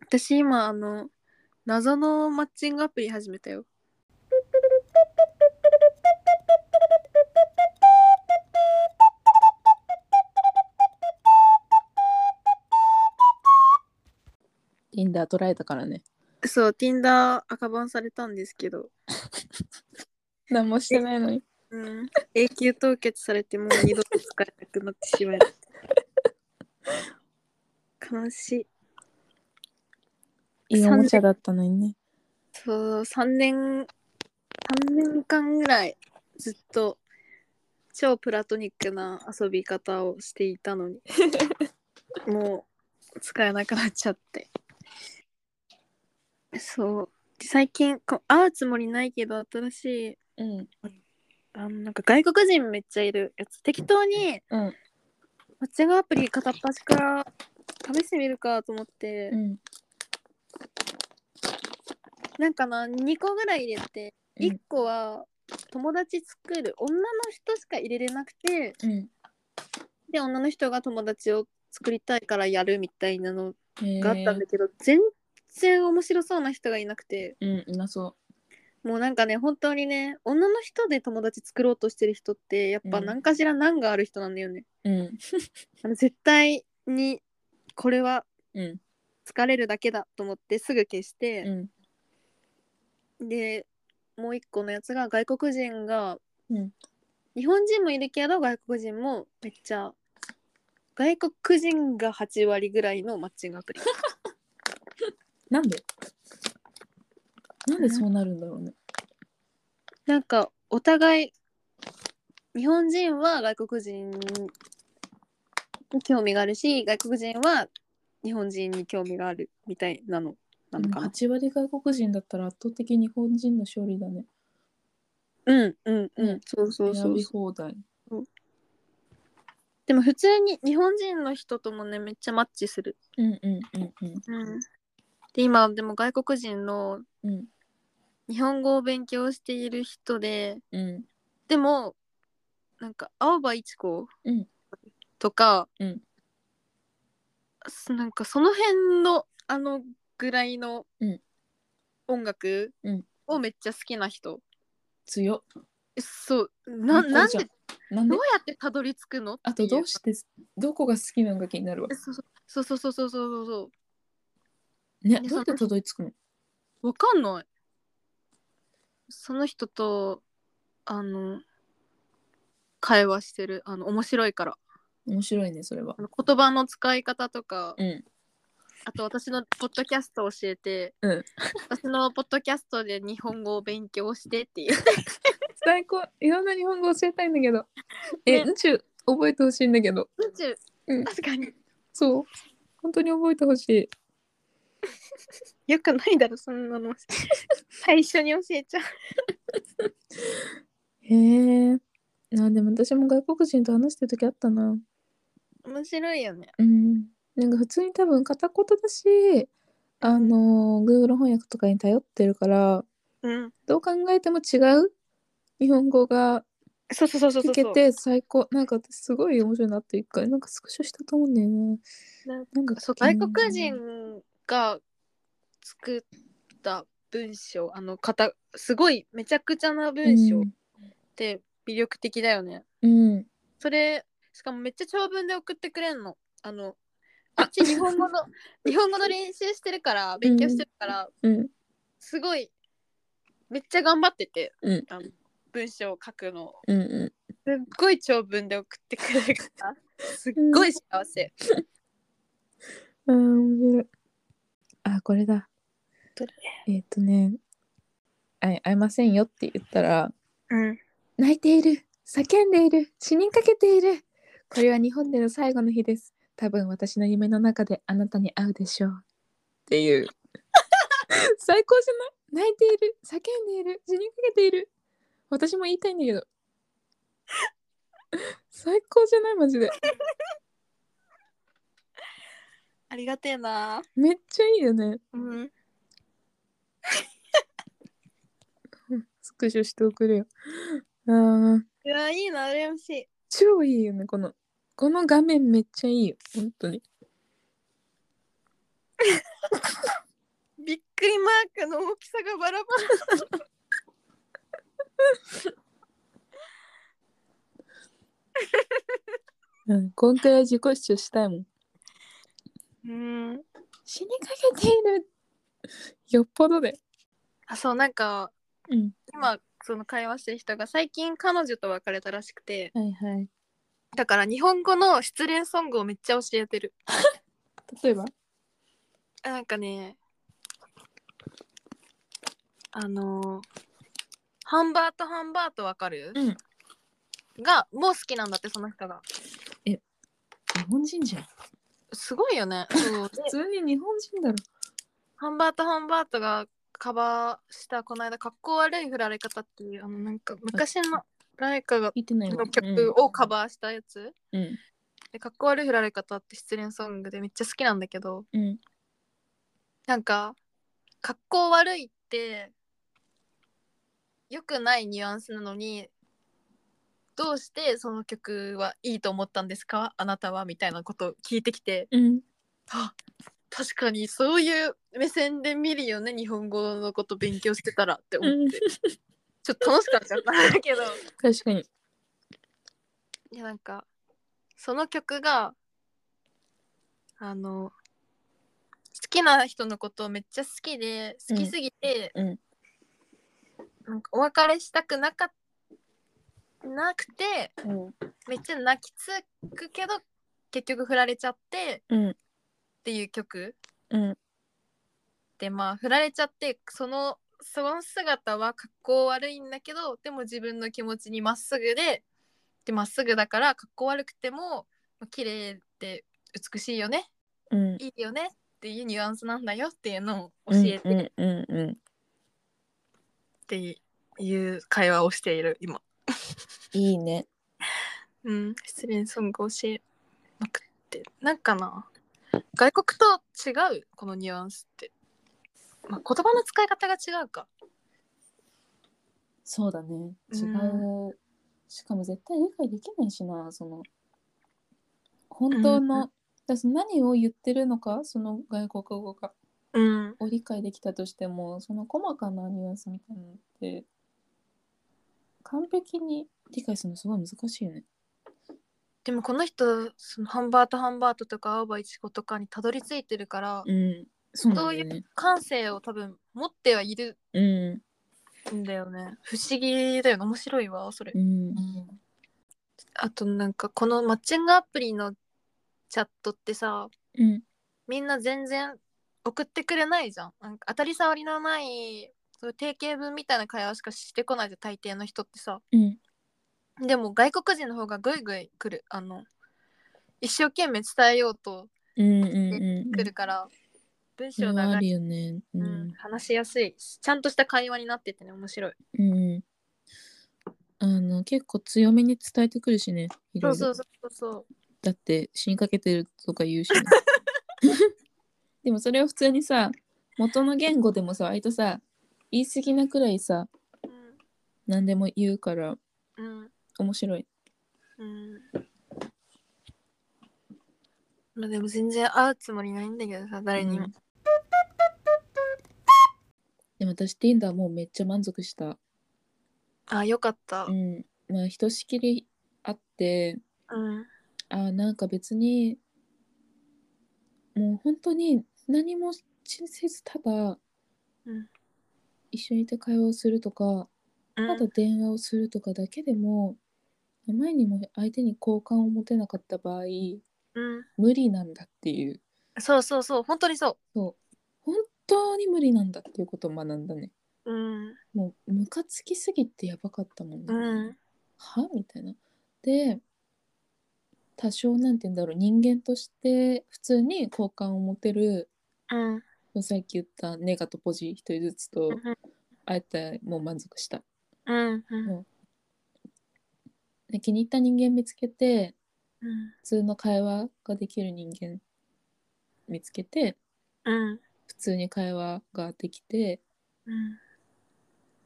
私今あの謎のマッチングアプリ始めたよインダー捉えたからね。そう Tinder 赤バンされたんですけど何もしてないのに。うん 永久凍結されてもう二度と使えなくなってしまいました悲しいいいおもちゃだったのにね。そう3年3年間ぐらいずっと超プラトニックな遊び方をしていたのにもう使えなくなっちゃってそうで最近こ会うつもりないけど新しいうん。あのなんか外国人めっちゃいるやつ適当にうん。マッチングアプリ片っ端から試してみるかと思って、うん。なんかな2個ぐらい入れてうん1個は友達作る女の人しか入れれなくてうん。で女の人が友達を作りたいからやるみたいなのえがあったんだけど、全然面白そうな人がいなくてうん、いなそもうなんかね本当にね女の人で友達作ろうとしてる人ってやっぱうん何かしら難がある人なんだよね。う。うん。あの絶対にこれはうん。疲れるだけだと思ってすぐ消しうて、ん。でもう一個のやつが外国人が、うん日本人もいるけど外国人もめっちゃ外国人が8割ぐらいのマッチングア プリなんでなんでそうなるんだろうね。なんかお互い日本人は外国人に興味があるし外国人は日本人に興味があるみたいなのなのかな、 8割外国人だったら圧倒的日本人の勝利だね。うんうんうん、ねそうそうそ選うび放題。でも普通に日本人の人ともねめっちゃマッチする、うんうんうんで今でも外国人のうん。うん。日本語を勉強している人でうん。でもなんか青葉一子うんとか、うんすなんかその辺のあのぐらいのうん音楽うんをめっちゃ好きな人、強っ。えそうな日なん本でじゃどんなんうでやってたどり着くのあとどうして、どこが好きなのか気になるわて。そうそうそうそうそうそうそうね、でどうやってたどり着くのわかんない。その人と、あの、会話してる。あの、面白いから。面白いね、それはあ。の言葉の使い方とか、うん。あと私のポッドキャストを教えて、うん私のポッドキャストで日本語を勉強してっていう。最高いろんな日本語教えたいんだ けど。え、ね宇宙覚えてほしいんだけど。宇宙、うん確かに。そう。本当に覚えてほしい。よくないだろ、そんなの。最初に教えちゃう。へえ。あでも私も外国人と話してる時あったな。面白いよね。うん。なんか普通に多分片言だし、あの、Google 翻訳とかに頼ってるから、うん。どう考えても違う日本語がそうそうそうそうそ聞う。けて最高。なんか私すごい面白いなって一回、なんかスクショしたと思うんだよね。なんなんかそう外国人が作った文章あの方すごいめちゃくちゃな文章って魅力的だよね、うん。うんそれしかもめっちゃ長文で送ってくれんのあのあっち日本語 の日本語の練習してるから勉強してるから、うん。すごいめっちゃ頑張ってて、うんあの文章を書くのうんうすっごい長文で送ってくれるからすっごい幸せ、ん。あー面白い。あ、これだ。どれえーっ、とね、あい会えませんよって言ったら、うん、泣いている、叫んでいる、死にかけている。これは日本での最後の日です。多分私の夢の中であなたに会うでしょう。っていう。 最高じゃない泣いている、叫んでいる、死にかけている。私も言いたいんだけど。 最高じゃないマジで。ありがてえなめっちゃいいよね。うんスクショして送るよ。あーいや、いいな、羨ましい。超いいよね、この。この画面めっちゃいいよ、本当に。クの大きさがバラバラ。うん、こんくらい自己主張したいもうん。ん。死にかけている。よっぽどで。あそうなんかうん。今その会話してる人が最近彼女と別れたらしくてはいはい。だから日本語の失恋ソングをめっちゃ教えてる例えば。あなんかねあのハンバートハンバートわかる、うんがもう好きなんだってその人が日本人じゃん。すごいよねそうで普通に日本人だろ。ハンバートハンバートがカバーしたこの間「格好悪い振られ方」っていうあのなんか昔の誰かが見てないわの曲をカバーしたやつ、うん。うんでかっこ悪い振られ方って失恋ソングでめっちゃ好きなんだけどうん。なんかかっこ悪いって良くないニュアンスなのにどうしてその曲はいいと思ったんですかあなたはみたいなことを聞いてきてうん。あ確かにそういう目線で見るよね日本語のこと勉強してたらって思って、うんちょっと楽しか ったんだけど確かに。いやなんかその曲があの好きな人のことをめっちゃ好きで好きすぎて、うんなんかお別れしたくなかなくてうん。めっちゃ泣きつくけど結局振られちゃってうん。っていう曲うん。でまあ振られちゃってそのその姿は格好悪いんだけどでも自分の気持ちにまっすぐででまっすぐだから格好悪くてもまあ綺麗で美しいよねうん。いいよねっていうニュアンスなんだよっていうのを教えてっうんうんうんうんていう会話をしている今。いいねうん失恋ソング教えまくってなんかな外国と違うこのニュアンスって、まあ、言葉の使い方が違うか。そうだねうん違う、しかも絶対理解できないしなその本当の、うんだから何を言ってるのかその外国語がうんを理解できたとしてもその細かなニュアンスみたいなのって完璧に理解するのすごい難しいよねでもこの人そのハンバートハンバートとか青葉いちごとかにたどり着いてるから、うんそうなんだよね感性を多分持ってはいるうんんだよね不思議だよね面白いわそれ、うんあとなんかこのマッチングアプリのチャットってさうんみんな全然送ってくれないじゃんなんか当たり障りのないそういう定型文みたいな会話しかしてこないじゃん大抵の人ってさうんでも外国人の方がグイグイ来るあの一生懸命伝えようとうんうん来るから、文それ章は長あいるよねううん、話しやすいしちゃんとした会話になっててね面白いうん。あの結構強めに伝えてくるしね。いそろういろそうそうそうだって死にかけてるとか 言うしね、でもそれを普通にさ元の言語でもさ割とさ言い過ぎなくらいさ何でも言うからうん面白い。うんまあでも全然会うつもりないんだけどさ誰にも、うんでも私 Tinder もうめっちゃ満足した。ああよかったう。うんまあひとしきりあってんあーなんか別にもう本当に何もせずただ、うん一緒にいて会話をするとかうただん電話をするとかだけでも前にも相手に好感を持てなかった場合うん無理なんだっていうそうそうそう本当にそそう本当に無理なんだっていうことを学んだねううんもうムカつきすぎてやばかったもんね、うんはみたいな。で多少なんて言うんだろう人間として普通に好感を持てるうんさっき言ったネガとポジ一人ずつとうん会えてもう満足した。うんうんで気に入った人間見つけてうん普通の会話ができる人間見つけてうん普通に会話ができてうん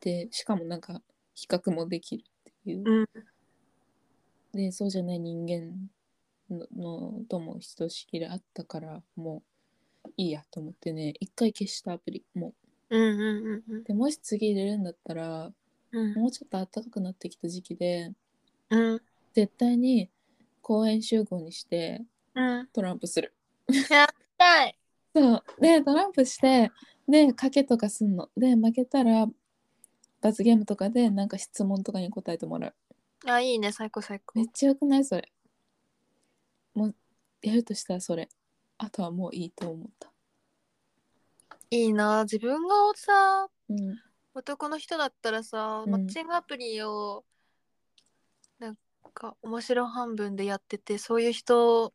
でしかもなんか比較もできるっていう、うんでそうじゃない人間ののともひとしきりあったからもういいやと思ってね一回消したアプリもううんうんうんうんでもし次入れるんだったらうんもうちょっと暖かくなってきた時期でうん絶対に公園集合にしてうんトランプするやったいそうでトランプしてで賭けとかすんので負けたら罰ゲームとかでなんか質問とかに答えてもらうあいいね最高最高めっちゃよくないそれもうやるとしたらそれあとはもういいと思ったいいな自分がさうん男の人だったらさ、うんマッチングアプリをなんか面白半分でやっててそういう人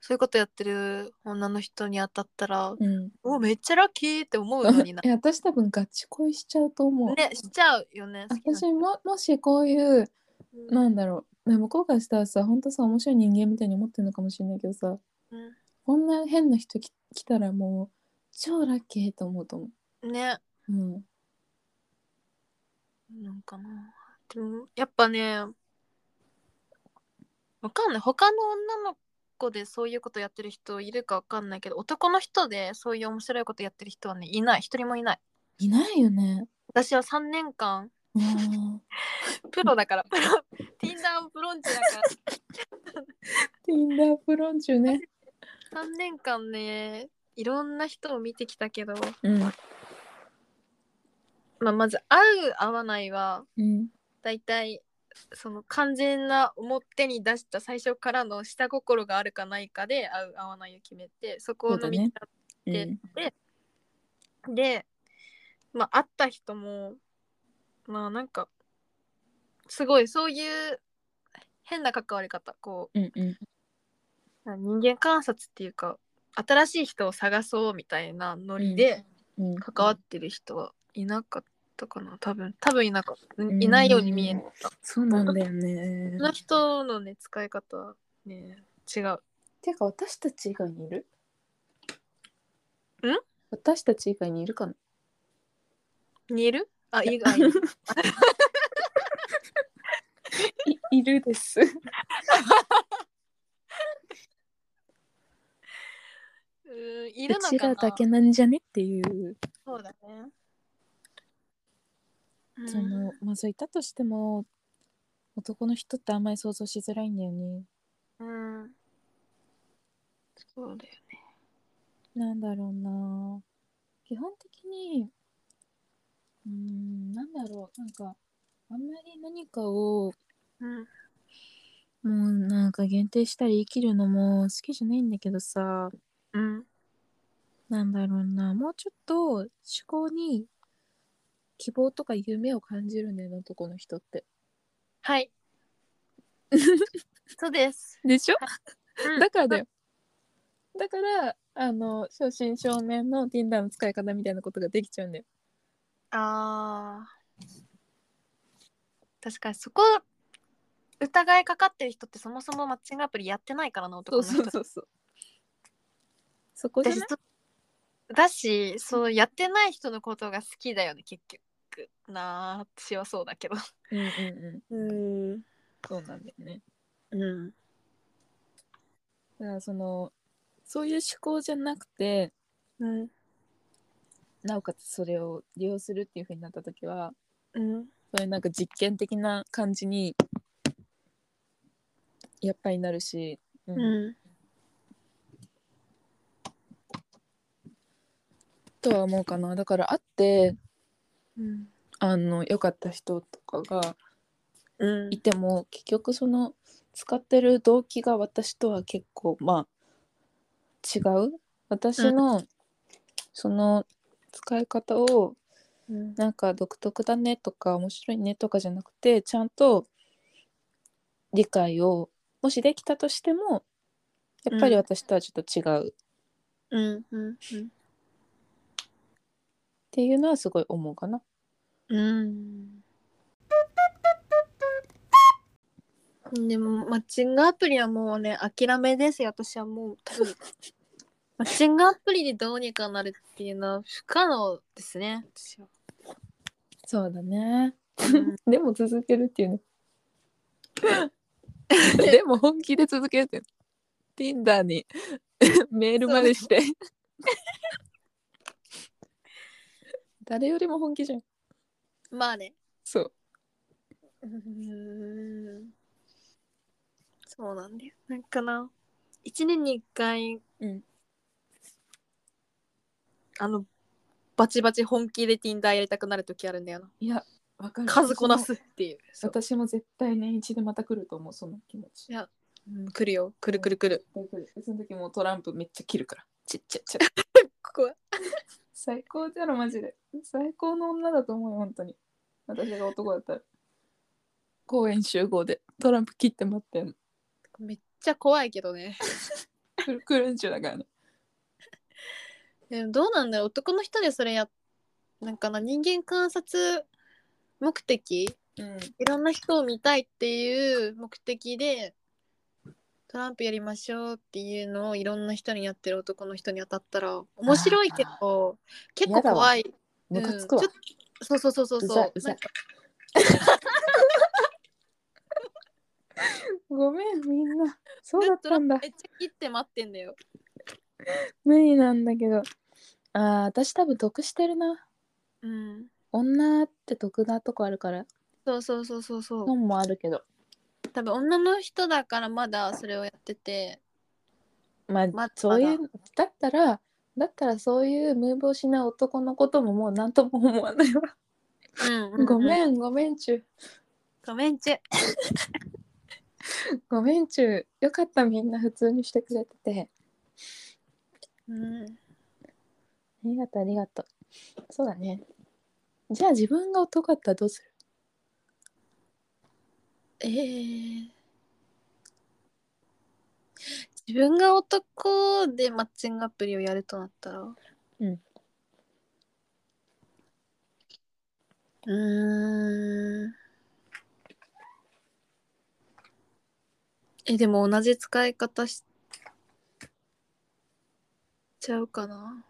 そういうことやってる女の人に当たったらうん「おめっちゃラッキー!」って思うのにな。 いや私多分ガチ恋しちゃうと思う、ねしちゃうよね。好きな私ももしこういううんなんだろうね向こうからしたらさほんとさ面白い人間みたいに思ってるのかもしれないけどさこんな変な人き来たらもう超ラッキーと思うと思うんねう、うん、なんかな。でもやっぱねわかんない他の女の子でそういうことやってる人いるかわかんないけど男の人でそういう面白いことやってる人はねいない一人もいない。いないよね私は3年間うんプロだからプロ Tinder プロンチだか Tinder プロン中ねら3年間ねいろんな人を見てきたけど、うんまあ、まず合う合わないはうんだいたいその完全な表に出した最初からの下心があるかないかで合う合わないを決めてそこをそうだ飲ねみ、うでんで、まあ、会った人もまあなんかすごいそういう変な関わり方こううんうん人間観察っていうか新しい人を探そうみたいなノリでうん関わってる人はいなかったかな多分多分いなかったんいないように見えたそうなんだよねその人のね使い方はね違うてか私たち以外にいるん私たち以外にいるかな似るあ以外 にいいるですうーんいうるのちからだなけなんじゃねっていうそうだねうんそのまあそういたとしても男の人ってあんまり想像しづらいんだよねうんそうだよねなんだろうな基本的にうーんなんだろうなんかあんまり何かをうんもうなんか限定したり生きるのも好きじゃないんだけどさうんなんだろうなもうちょっと思考に希望とか夢を感じるね男の人ってはい そうです、でしょうんだからだよ。だから、あの、正真正銘の Tinder の使い方みたいなことができちゃうんだよ。あー確かにそこ疑いかかってる人ってそもそもマッチングアプリやってないからな男の人うそう。そこじゃ私ないそだしそうやってない人のことが好きだよね結局なあ私はそうだけどうんうんうん。うんそうなんだよね。うんだから、その、そういう思考じゃなくて、うんなおかつそれを利用するっていうふうになった時は、うんそういうなんか実験的な感じに、やっぱりなるし、ううんとは思うかな。だから、会って、うんあの、良かった人とかが、うんいても結局その使ってる動機が私とは結構まあ違う私の、その使い方をうんなんか独特だねとか面白いねとかじゃなくてちゃんと理解をもしできたとしてもやっぱり私とはちょっと違うっうんうんていうのはすごい思うかな。うんでもマッチングアプリはもうね諦めですよ私はもう多分マッチングアプリでどうにかなるっていうのは不可能ですね私は、そうだね。うんでも続けるっていう ね。でも本気で続けるっていうね。Tinder にメールまでして。誰よりも本気じゃんまあね。そううーん。そうなんだよ。なんかな、一年に一回、うんあの、バチバチ本気で Tinder やりたくなる時あるんだよな。いやわかる数こなすっていう。そう私も絶対年一でまた来ると思うその気持ちいやうん、来るよ。来る来る来る。絶対来るその時もうトランプめっちゃ切るからちっちゃいちゃいここ最高だろマジで最高の女だと思うよ本当に私が男だったら公園集合でトランプ切って待ってんのめっちゃ怖いけどね。来る来るんちゅうだからねでもどうなんだろう男の人でそれやなんかな人間観察目的うんいろんな人を見たいっていう目的でトランプやりましょうっていうのをいろんな人にやってる男の人に当たったら面白いけど結構怖い。ムカつくわ、うんちょっとそうそうそうそううそざういうざないんかごめんみんなそうずだっっとたんだめっちゃ切って待ってんだよ。無理なんだけどあー私多分得してるなうん。女って得なとこあるからそうそうそうそうそう。本もあるけど多分女の人だからまだそれをやってて。まあ、まだそういうだったらだったらそういうムーブをしない男のことももう何とも思わないわうんごん。めんごめんちゅうごめんちゅ。ごめんちゅうよかったみんな普通にしてくれててうん。ありがとうありがとうそうだねじゃあ自分が男だったらどうするえー、自分が男でマッチングアプリをやるとなったらうんうーんえでも同じ使い方しちゃうかな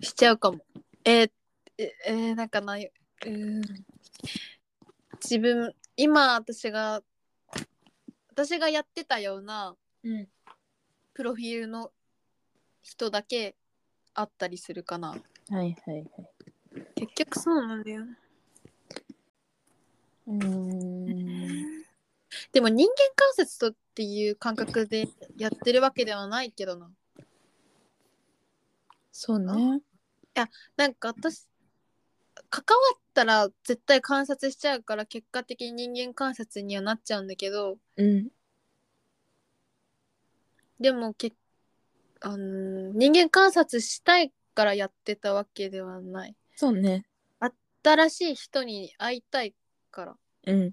しちゃうかもえー、ええー、なんかないうーん自分今私が私がやってたようなうんプロフィールの人だけあったりするかなはいはいはい結局そうなんだようーんでも人間観察とっていう感覚でやってるわけではないけどなそうねなんか私関わったら絶対観察しちゃうから結果的に人間観察にはなっちゃうんだけどうんでもけあのー人間観察したいからやってたわけではないそうね新しい人に会いたいから、うん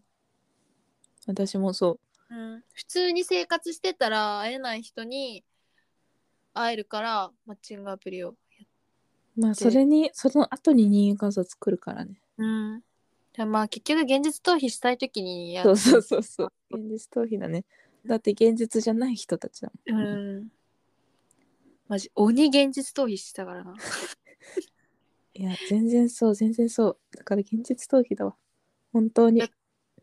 私もそううん、普通に生活してたら会えない人に会えるからマッチングアプリを、まあそれにその後に人間観察来るからねうん、でまあ結局現実逃避したい時にやそうそうそうそう現実逃避だねだって現実じゃない人たちだもんうんマジ鬼現実逃避してたからないや全然そう全然そうだから現実逃避だわ本当えにだ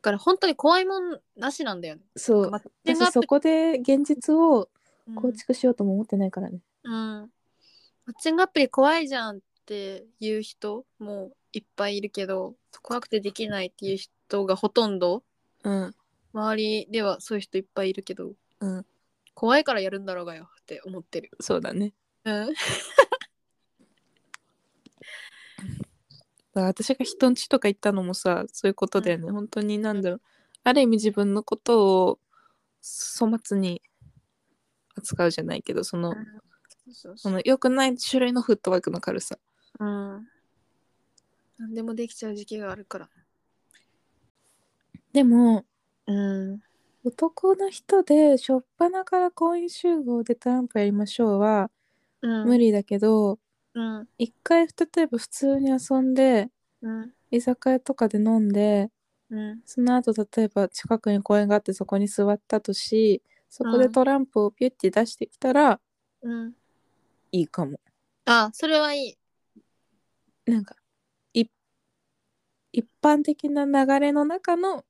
から本当に怖いもんなしなんだよねそうマッチングア私プそリこで現実をうん構築しようとも思ってないからね、うんマッチングアプリ怖いじゃんっていう人もいっぱいいるけど怖くてできないっていう人がほとんどうん周りではそういう人いっぱいいるけどうん怖いからやるんだろうがよって思ってるそうだねうんだから私が人ん家とか行ったのもさそういうことだよね、本当になんだろうある意味自分のことを粗末に扱うじゃないけどその,、そうそそうの良くない種類のフットワークの軽さうん何でもできちゃう時期があるからでもうん男の人で初っ端から婚姻集合でトランプやりましょうはうん無理だけど、うん一回例えば普通に遊んでうん居酒屋とかで飲んでうんその後例えば近くに公園があってそこに座ったとしそこうでんトランプをピュッて出してきたらうんいいかも。あそれはいいなんかい一般的な流れの中の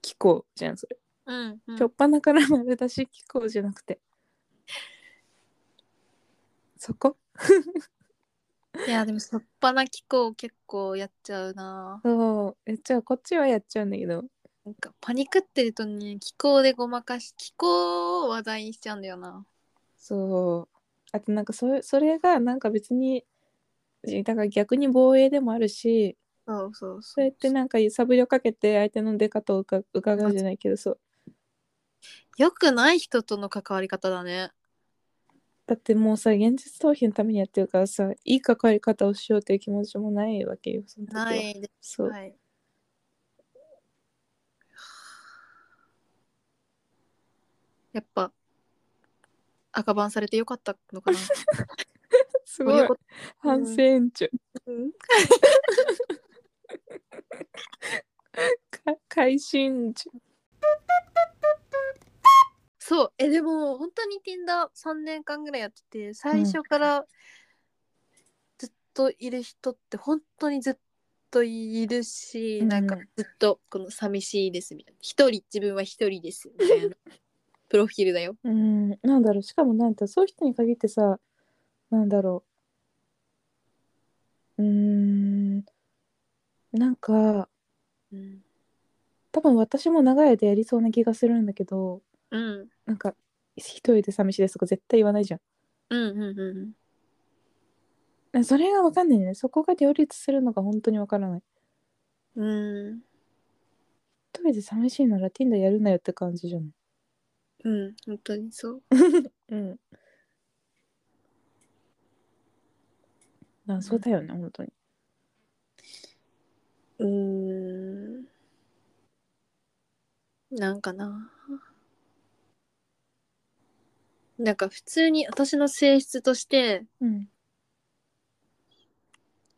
気候じゃんそれ。うん、うんしょっぱなから丸出し気候じゃなくて。そこいやでもしょっぱな気候結構やっちゃうなそうやっちゃうこっちはやっちゃうんだけどなんかパニックってるとね気候でごまかし気候を話題にしちゃうんだよなそうあとなんかそれそれがなんか別にだから逆に防衛でもあるしそうそうそそうやってなんか揺さぶりをかけて相手の出方をうか伺うじゃないけどそうよくない人との関わり方だねだってもうさ現実逃避のためにやってるからさいい関わり方をしようという気持ちもないわけよその時はないでそう、はいやっぱ赤番されてよかったの かなすこうごいいうこ反省園長うん か 会心中そうえでも本当に Tinder3 年間ぐらいやってて最初からずっといる人って本当にずっといるし、うんなんかずっとこの寂しいですみたいな一人自分は一人ですみた いなプロフィールだようんなんだろうしかもなんかそういう人に限ってさなんだろううーんなんかうん、多分私も長い間やりそうな気がするんだけどうん、なんか一人で寂しいですとか絶対言わないじゃんうんうんうんえそれが分かんないねそこが両立するのが本当に分からないうん一人で寂しいなら Tinder やるなよって感じじゃないうん本当にそううんあそうだよね、本当にうーんなんかな。なんか普通に私の性質としてうん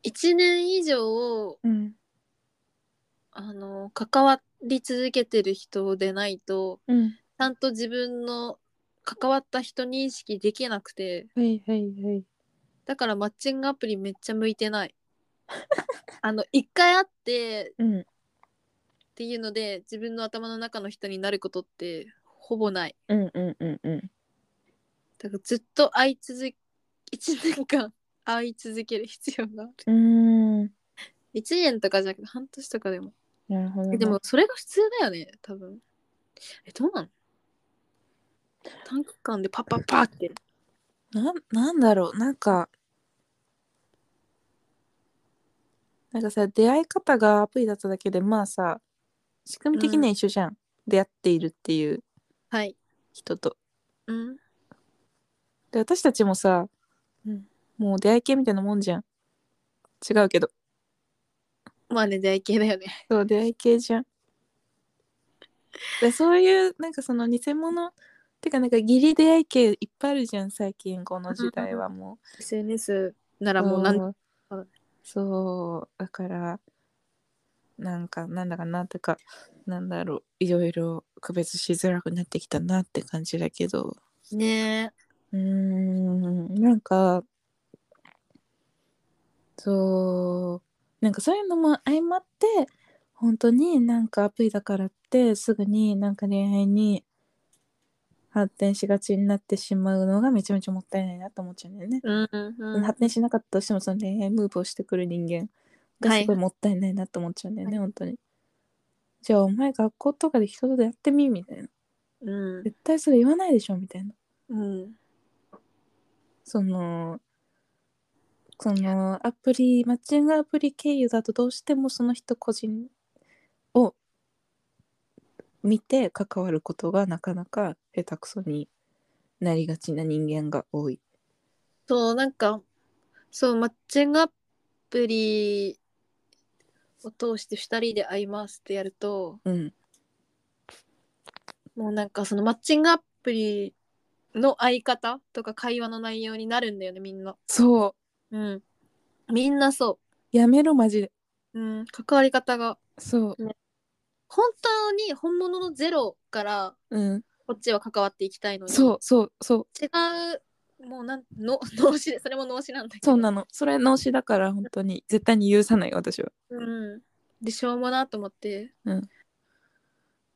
1年以上うんあの関わり続けてる人でないとうんちゃんと自分の関わった人認識できなくてはいはいはいだからマッチングアプリめっちゃ向いてない。あの1回会ってうんっていうので自分の頭の中の人になることってほぼない。うんうんうんうんだからずっと会い続け1年間会い続ける必要があるうーん1年とかじゃなくて半年とかでもなるほどね、でもそれが普通だよね多分えどうなの短期間でパッパッパーってなんなんだろうなんかなんかさ出会い方がアプリだっただけでまあさ仕組み的には一緒じゃん、出会っているっていうはい人とうんで私たちもさ、うんもう出会い系みたいなもんじゃん違うけどまあね出会い系だよねそう出会い系じゃんでそういうなんかその偽物てかなんか義理出会い系いっぱいあるじゃん最近この時代はもう SNS ならもうなんそうはいそうだからなんかなんだかなとかなんだろういろいろ区別しづらくなってきたなって感じだけどねうーんなんかそうなんかそういうのも相まって本当になんかアプリだからってすぐになんか恋愛に発展しがちになってしまうのがめちゃめちゃもったいないなと思っちゃうんだよね。うんうんうん発展しなかったとしてもその恋愛ムーブをしてくる人間がはいすごいもったいないなと思っちゃうんだよね、本当にじゃあお前学校とかで人と出会ってみみたいなうん絶対それ言わないでしょみたいなうんそのそのアプリマッチングアプリ経由だとどうしてもその人個人を見て関わることがなかなか下手くそになりがちな人間が多いそうなんかそうマッチングアプリを通して2人で会いますってやるとうんもうなんかそのマッチングアプリの相方とか会話の内容になるんだよねみんな。そううん。みんなそやめろマジでう。うん。関わり方がそう本当に本物のゼロからうんこっちは関わっていきたいのにそうそうそう違うもうなんの脳死でそれも脳死なんだけどそうなのそれ脳死だから本当に絶対に許さないよ私はうん、でしょうもなと思って、うん、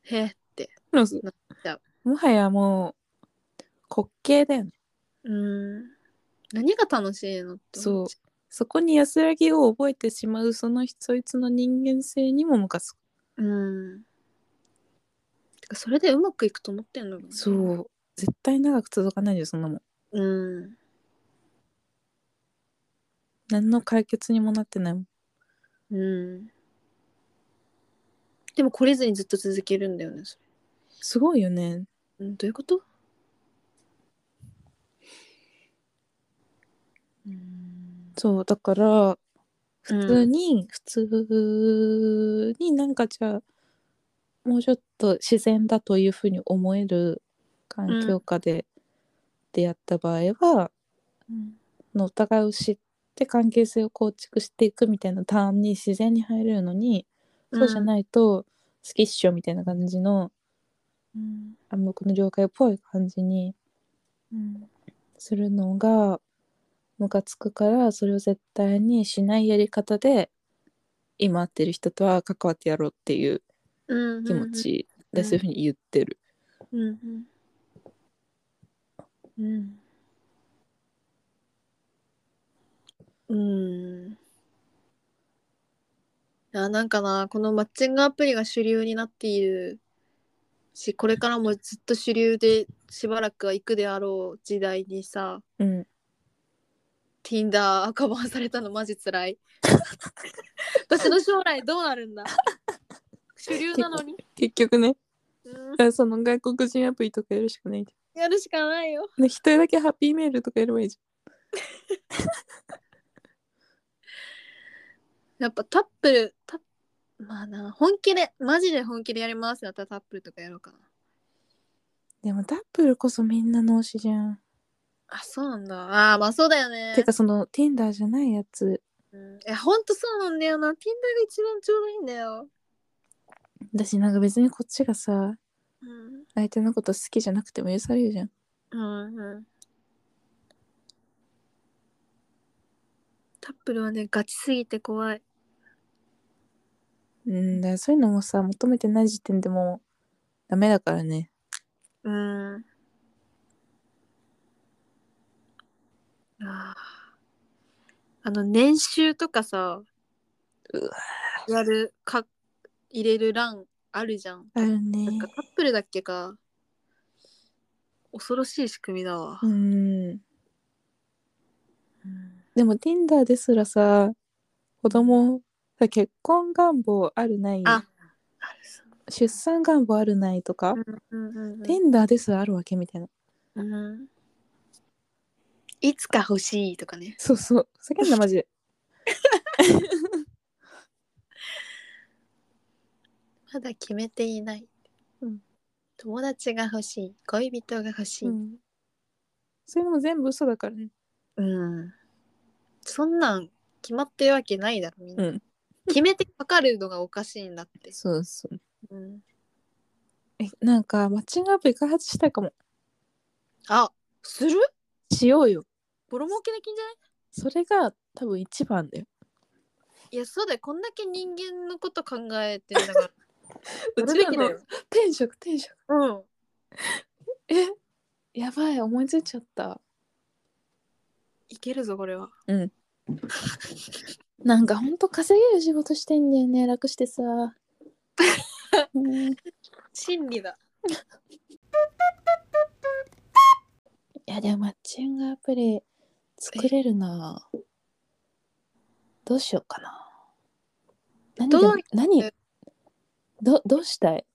へえってロスなっちゃもはやもう滑稽だよねうん何が楽しいのってそうそこに安らぎを覚えてしまうその人そいつの人間性にもムカつくううんてかそれでうまくいくと思ってんのそう絶対長く続かないよそんなもんうん何の解決にもなってないもんうんでも懲りずにずっと続けるんだよねそすごいよねれうんどういうことうんそうだからうん普通に、普通になんかじゃあもうちょっと自然だというふうに思える環境下で出会った場合は、うんのお互いを知って関係性を構築していくみたいなターンに自然に入れるのに、そうじゃないと好きっしょみたいな感じのうん暗黙の了解っぽい感じにうんするのがムカつくからそれを絶対にしないやり方で今会ってる人とは関わってやろうっていううん気持ちでうんそういうふうに言ってる。うんうんうんうんあなんかなこのマッチングアプリが主流になっているしこれからもずっと主流でしばらくは行くであろう時代にさうん、 Tinder カバーされたのマジつら い私の将来どうなるんだ主流なのに、結局ねうん、あその外国人アプリとかやるしかないじやるしかないよゃん。ね一人だけハッピーメールとかやればいいじやっぱタップルタッまあな本気でマジで本気でやりますだったらタップルとかやろうかなゃん。でもダップルこそみんな脳死じゃん。あそうなんだあーまあそうだよねてかその Tinder じゃないやつうん、えほんとそうなんだよな Tinder が一番ちょうどいいんだよ、だしなんか別にこっちがさうん、相手のこと好きじゃなくても許されるじゃん。うんうんタップルはねガチすぎて怖いうんだからそういうのもさ求めてない時点でもうダメだからね。うんあーあの年収とかさうわやるか入れる欄あるじゃんあるねなんかカップルだっけか恐ろしい仕組みだわう、んうんでも Tinder ですらさ子供さ結婚願望あるないあ出産願望あるないとか、うんうんうん Tinder ですらあるわけみたいなうんいつか欲しいとかねそうそうふざけんなマジでまだ決めていない、うん友達が欲しい恋人が欲しい、うんそういうのも全部嘘だからねうんそんなん決まってるわけないだろみんな、うん決めてかかるのがおかしいんだって、そうそううん、えなんかマッチングアプリ開発したいかもあするしようよボロ儲けできんじゃないそれが多分一番だよいやそうだよこんだけ人間のこと考えてんだ からうやちるべらきだのよ天職天職うんえやばい思いついちゃったいけるぞこれはなんかほんと稼げる仕事してんだよね楽 してさうん真理だいやでもマッチングアプリ作れるなどうしようかな何でどう何どどうしたい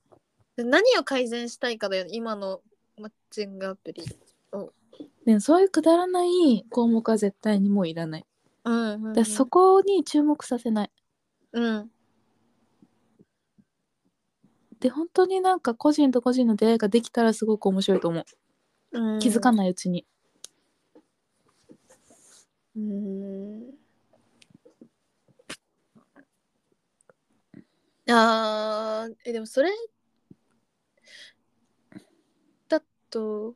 何を改善したいかだよね今のマッチングアプリねそういうくだらない項目は絶対にもういらないうんうん、だからそこに注目させないうんで本当になんか個人と個人の出会いができたらすごく面白いと思ううん、気づかんないうちにうんあーえでもそれだと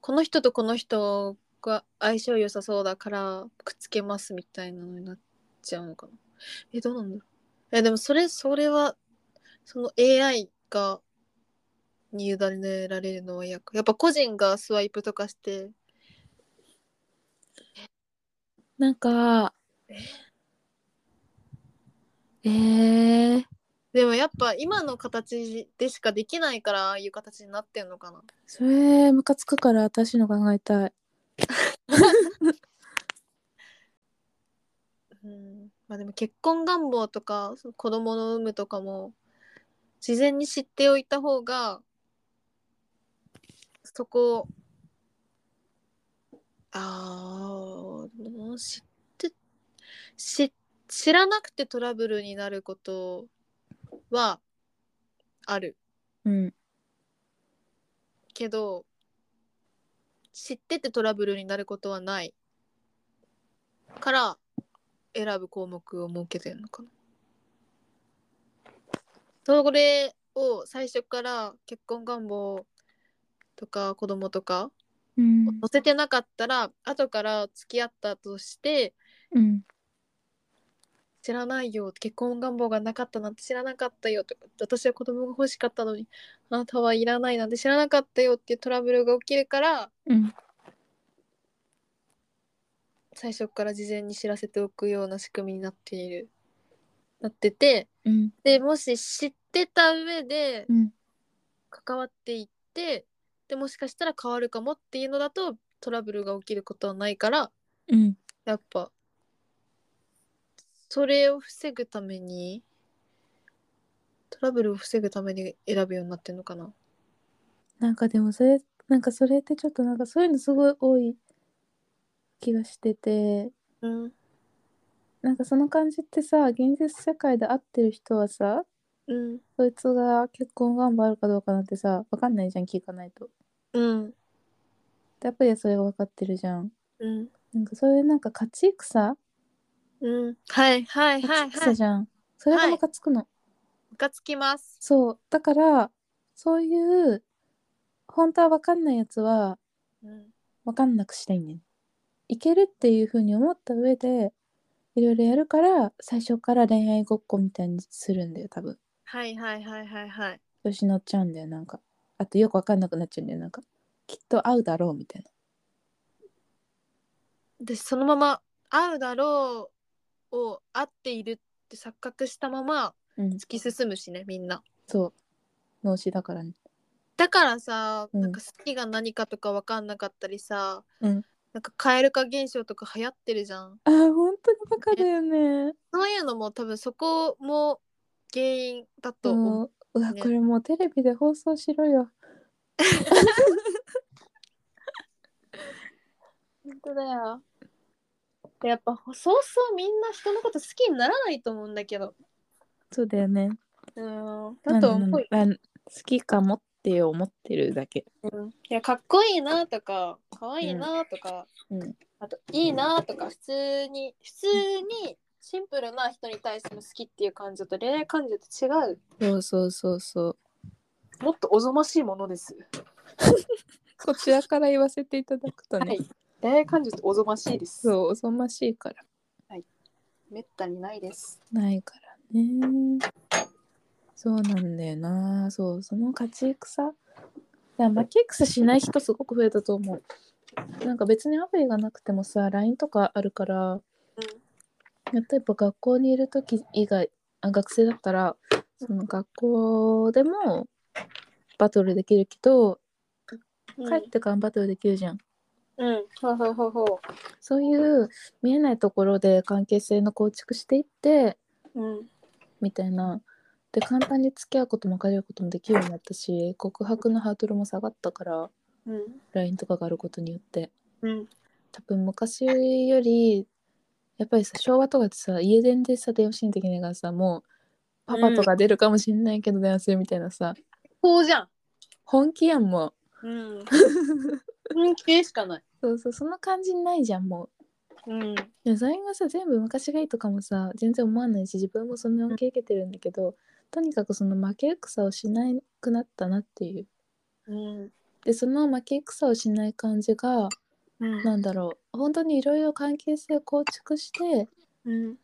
この人とこの人が相性良さそうだからくっつけますみたいなのになっちゃうのかなえどうなんだろうえでもそれそれはその AI がに委ねられるのは嫌かやっぱ個人がスワイプとかしてなんかえー、でもやっぱ今の形でしかできないからああいう形になってんのかなそれムカつくから私の考えたいうんまあでも結婚願望とかその子供の有無とかも事前に知っておいた方がそこをああ知ってし知らなくてトラブルになることはあるうんけど知っててトラブルになることはないから選ぶ項目を設けてるのかな。それを最初から結婚願望とか子供とかうん載せてなかったら後から付き合ったとしてうん知らないよ結婚願望がなかったなんて知らなかったよとか私は子供が欲しかったのにあなたはいらないなんて知らなかったよっていうトラブルが起きるからうん最初から事前に知らせておくような仕組みになっているなっててうんでもし知ってた上でうん関わっていってでもしかしたら変わるかもっていうのだとトラブルが起きることはないからうんやっぱそれを防ぐためにトラブルを防ぐために選ぶようになってんのかななんかでもそれなんかそれってちょっとなんかそういうのすごい多い気がしててうんなんかその感じってさ現実世界で会ってる人はさうんそいつが結婚願望あるかどうかなんてさわかんないじゃん聞かないとうんでアプリはそれが分かってるじゃんうんなんかそういうなんか勝ち戦うんはいはいはいは勝ち戦いじゃん、それがムカつくの、ムカつきますそうだからそういう本当は分かんないやつはうん分かんなくしたいねんいけるっていうふうに思った上でいろいろやるから最初から恋愛ごっこみたいにするんだよ多分はいはいはいはいはい調子乗っちゃうんだよなんかあとよく分かんなくなっちゃうんだよなんかきっと合うだろうみたいなでそのまま会うだろうを会っているって錯覚したままうん突き進むしねみんなそう脳死だからねだからさ、うんなんか好きが何かとか分かんなかったりさ、うんなんか蛙化現象とか流行ってるじゃんあー本当にバカだよねそういうのも多分そこも原因だと思う、もううわねこれもうテレビで放送しろよ本当だよでやっぱそうそうみんな人のこと好きにならないと思うんだけどそうだよねうんだと思うよ、なんだなんだあ好きかもって思ってるだけうん、いやかっこいいなとかかわいいなとか、うんあといいなとか普通に普通にシンプルな人に対しての好きっていう感情と恋愛感情と違うそうそうそうそうもっとおぞましいものです、こちらから言わせていただくとね、はい恋愛感情っておぞましいですそうおぞましいからめったにないですないからねそうなんだよなそうその勝ち戦いや負け戦しない人すごく増えたと思うなんか別にアプリがなくてもさ LINE とかあるから、やっぱやっぱ学校にいる時以外あ学生だったらその学校でもバトルできるけどうん、帰ってからバトルできるじゃうん、んほうほうほうほそういう見えないところで関係性の構築していってううんみたいなで簡単に付き合うことも別れることもできるようになったし告白のハードルも下がったからうん LINE とかがあることによってうん多分昔よりやっぱりさ昭和とかってさ家電でさ電話しないといけないからさもうパパとか出るかもしんないけど電話するみたいなさ、こうじゃん本気やんも うん人気しかないうそうそうその感じないじゃんもううんデザインがさ全部昔がいいとかもさ全然思わないし自分もそんな受け受けてるんだけど、とにかくその負け戦をしなくなったなっていううんでその負け戦をしない感じがうんなんだろう本当にいろいろ関係性を構築してうん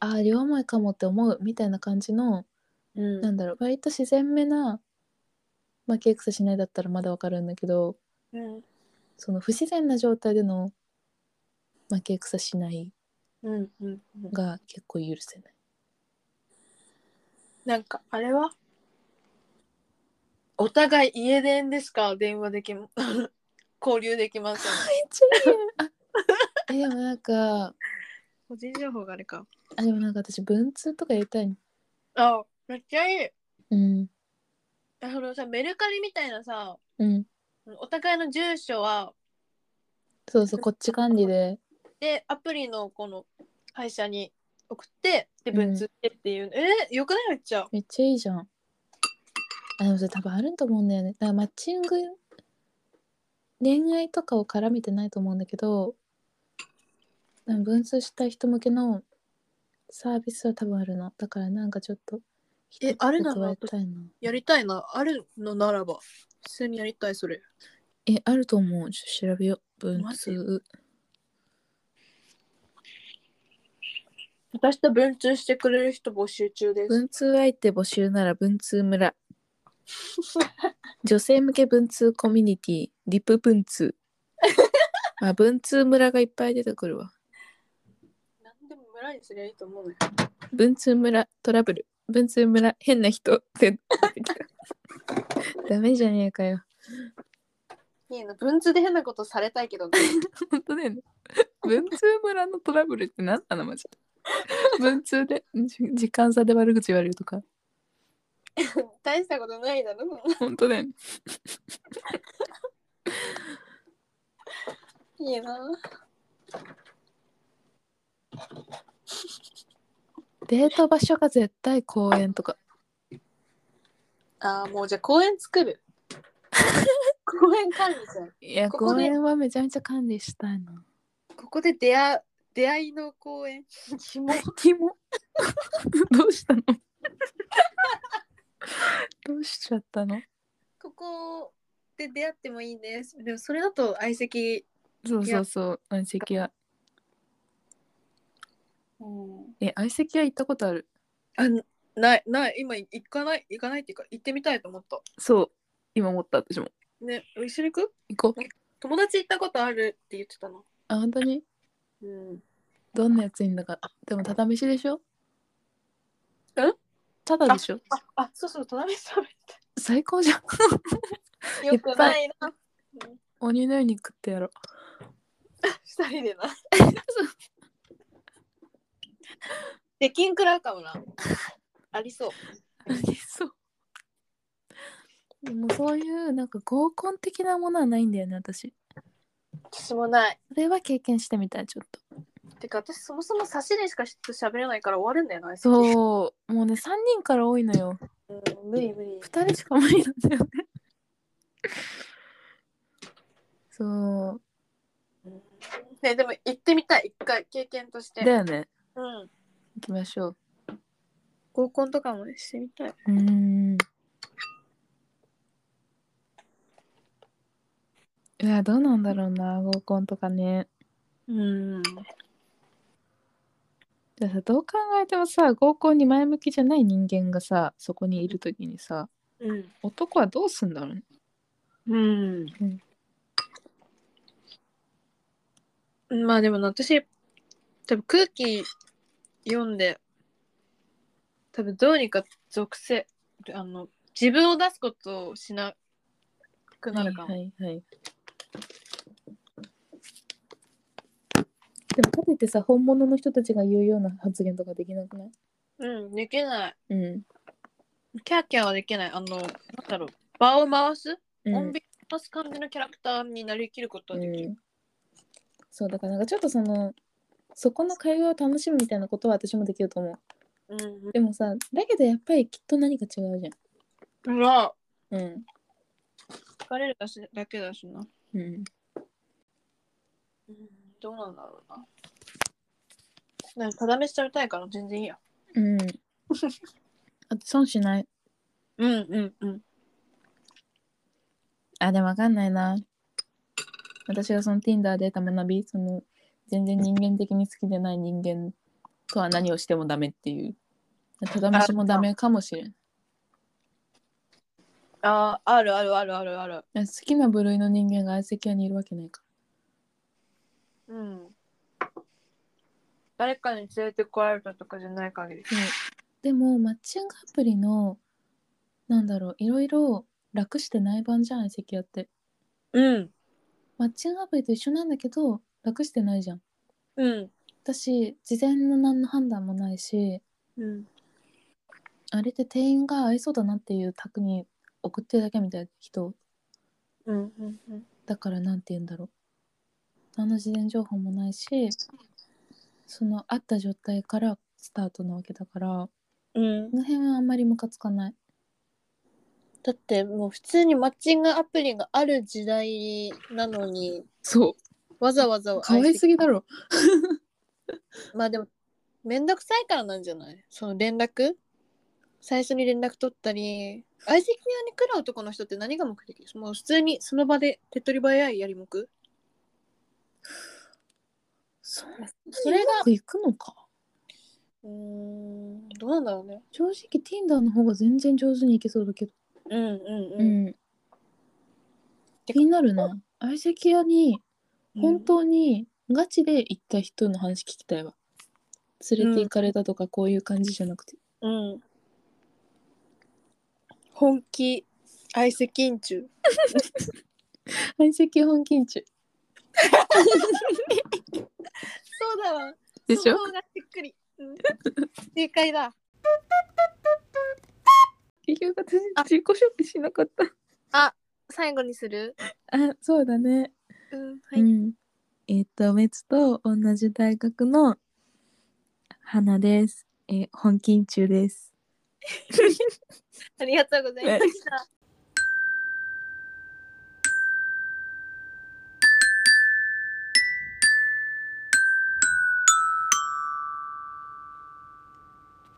ああ両思いかもって思うみたいな感じのうんなんだろう割と自然めな負け戦しないだったらまだわかるんだけどうんその不自然な状態での負け草しないうんうんうん。が結構許せないなんかあれはお互い家電でしか電話できま 交流できません。めっちゃいいやんあえでもなんか個人情報があれか。あでもなんか私文通とかやりたいあめっちゃいい。うんあそのさメルカリみたいなさうんお互いの住所はそうそうこっち管理ででアプリのこの会社に送ってで文通してっていう、えよくないめっちゃめっちゃいいじゃんあでもそれ多分あると思うんだよねだからマッチング恋愛とかを絡めてないと思うんだけどなんか文通したい人向けのサービスは多分あるのだからなんかちょっとえあるなら加えたいなやりたいなあるのならば普通にやりたいそれえあると思うちょっと調べよう文マジ通私と文通してくれる人募集中です、文通相手募集なら文通 村女性向け文通コミュニティリプ文通あ文通村がいっぱい出てくるわなんでも村にすりゃいいと思うのよ文通村トラブル文通村変な人って ダメじゃねえかよいいな文通で変なことされたいけ どね本当だよね文通村のトラブルって何なのマジで文通でじ時間差で悪口言われるとか大したことないだろ本当だよねいいなデート場所が絶対公園とかあーもうじゃあ公園作 る公園管理じゃんいやここ公で園はめちゃめちゃ管理したいなここで出会出会いの公園キモキモ どうしたのどうしちゃったのここで出会ってもいいですでもそれだと相席そうそうそう相席屋うんえ相席屋行ったことあるあないない今行かない行かないっていうか行ってみたいと思ったそう今思った私もね一緒に行く行こう友達行ったことあるって言ってたのあ本当にうんどんなやついいんだかでもただ飯でしょえただでしょああそうそう隣 食べ最高じゃんてよくないな 鬼のように食ってやろう二人でな できんくらうかもなありそうありそうでもそういうなんか合コン的なものはないんだよね私私もないそれは経験してみたいちょっとてか私そもそも差しでしかし喋れないから終わるんだよなう、そうもうね3人から多いのようん、無理無理2人しか無理なんだよね そうねでも行ってみたい一回経験としてだよねうん行きましょう合コンとかもしてみたいうーんいやどうなんだろうな合コンとかねうんだからさどう考えてもさ合コンに前向きじゃない人間がさそこにいる時にさうん男はどうすんだろうねうんまあでもな私多分空気読んで多分どうにか属性あの自分を出すことをしなくなるかも、はいはいはいでもかといってさ本物の人たちが言うような発言とかできなくないうんできないうん、キャーキャーはできないあのなんだろう場を回すうん穏便に回す感じのキャラクターになりきることはできうるんそうだからなんかちょっとそのそこの会話を楽しむみたいなことは私もできると思ううん、でもさだけどやっぱりきっと何か違うじうん、うわゃんうん疲れるだしだけだしな、うんどうなんだろうななんかただ飯食べたいから全然いいやうんあと損しないうんうんうんあでもわかんないな私がその Tinder で得た学びその全然人間的に好きでない人間とは何をしてもダメって いうただ飯もダメかもしれんあーあるあるあるあるある好きな部類の人間が相席屋にいるわけないかうん誰かに連れてこられたとかじゃない限り。でもマッチングアプリのなんだろういろいろ楽してない版じゃん相席やってうん。マッチングアプリと一緒なんだけど楽してないじゃんうん。私事前の何の判断もないしうん。あれって店員が合いそうだなっていう宅に送ってるだけみたいな人うん。うん。だからなんて言うんだろう何の事前情報もないしその会った状態からスタートなわけだからこうん。の辺はあんまりムカつかないだってもう普通にマッチングアプリがある時代なのに、そわざわざうかわいすぎだろまあでも、めんどくさいからなんじゃないその連絡最初に連絡取ったり、相席屋に来る男の人って何が目的ですもう普通にその場で手っ取り早いやりもくそうそれが、うまくいくのかうーん、どうなんだろうね。正直 Tinder の方が全然上手にいけそうだけどうんううんん気になるな相席屋にうん。本当にガチで行った人の話聞きたいわ連れて行かれたとかこういう感じじゃなくて、うん。本気、相席員中。相席本禁中そうだわ。でしょそこがしっくり。 うん正解だ。結局私自己紹介しなかった最後にするあそうだね、うん、はうい。んえーっと別と同じ大学の花 ですえー本禁中ですありがとうございました。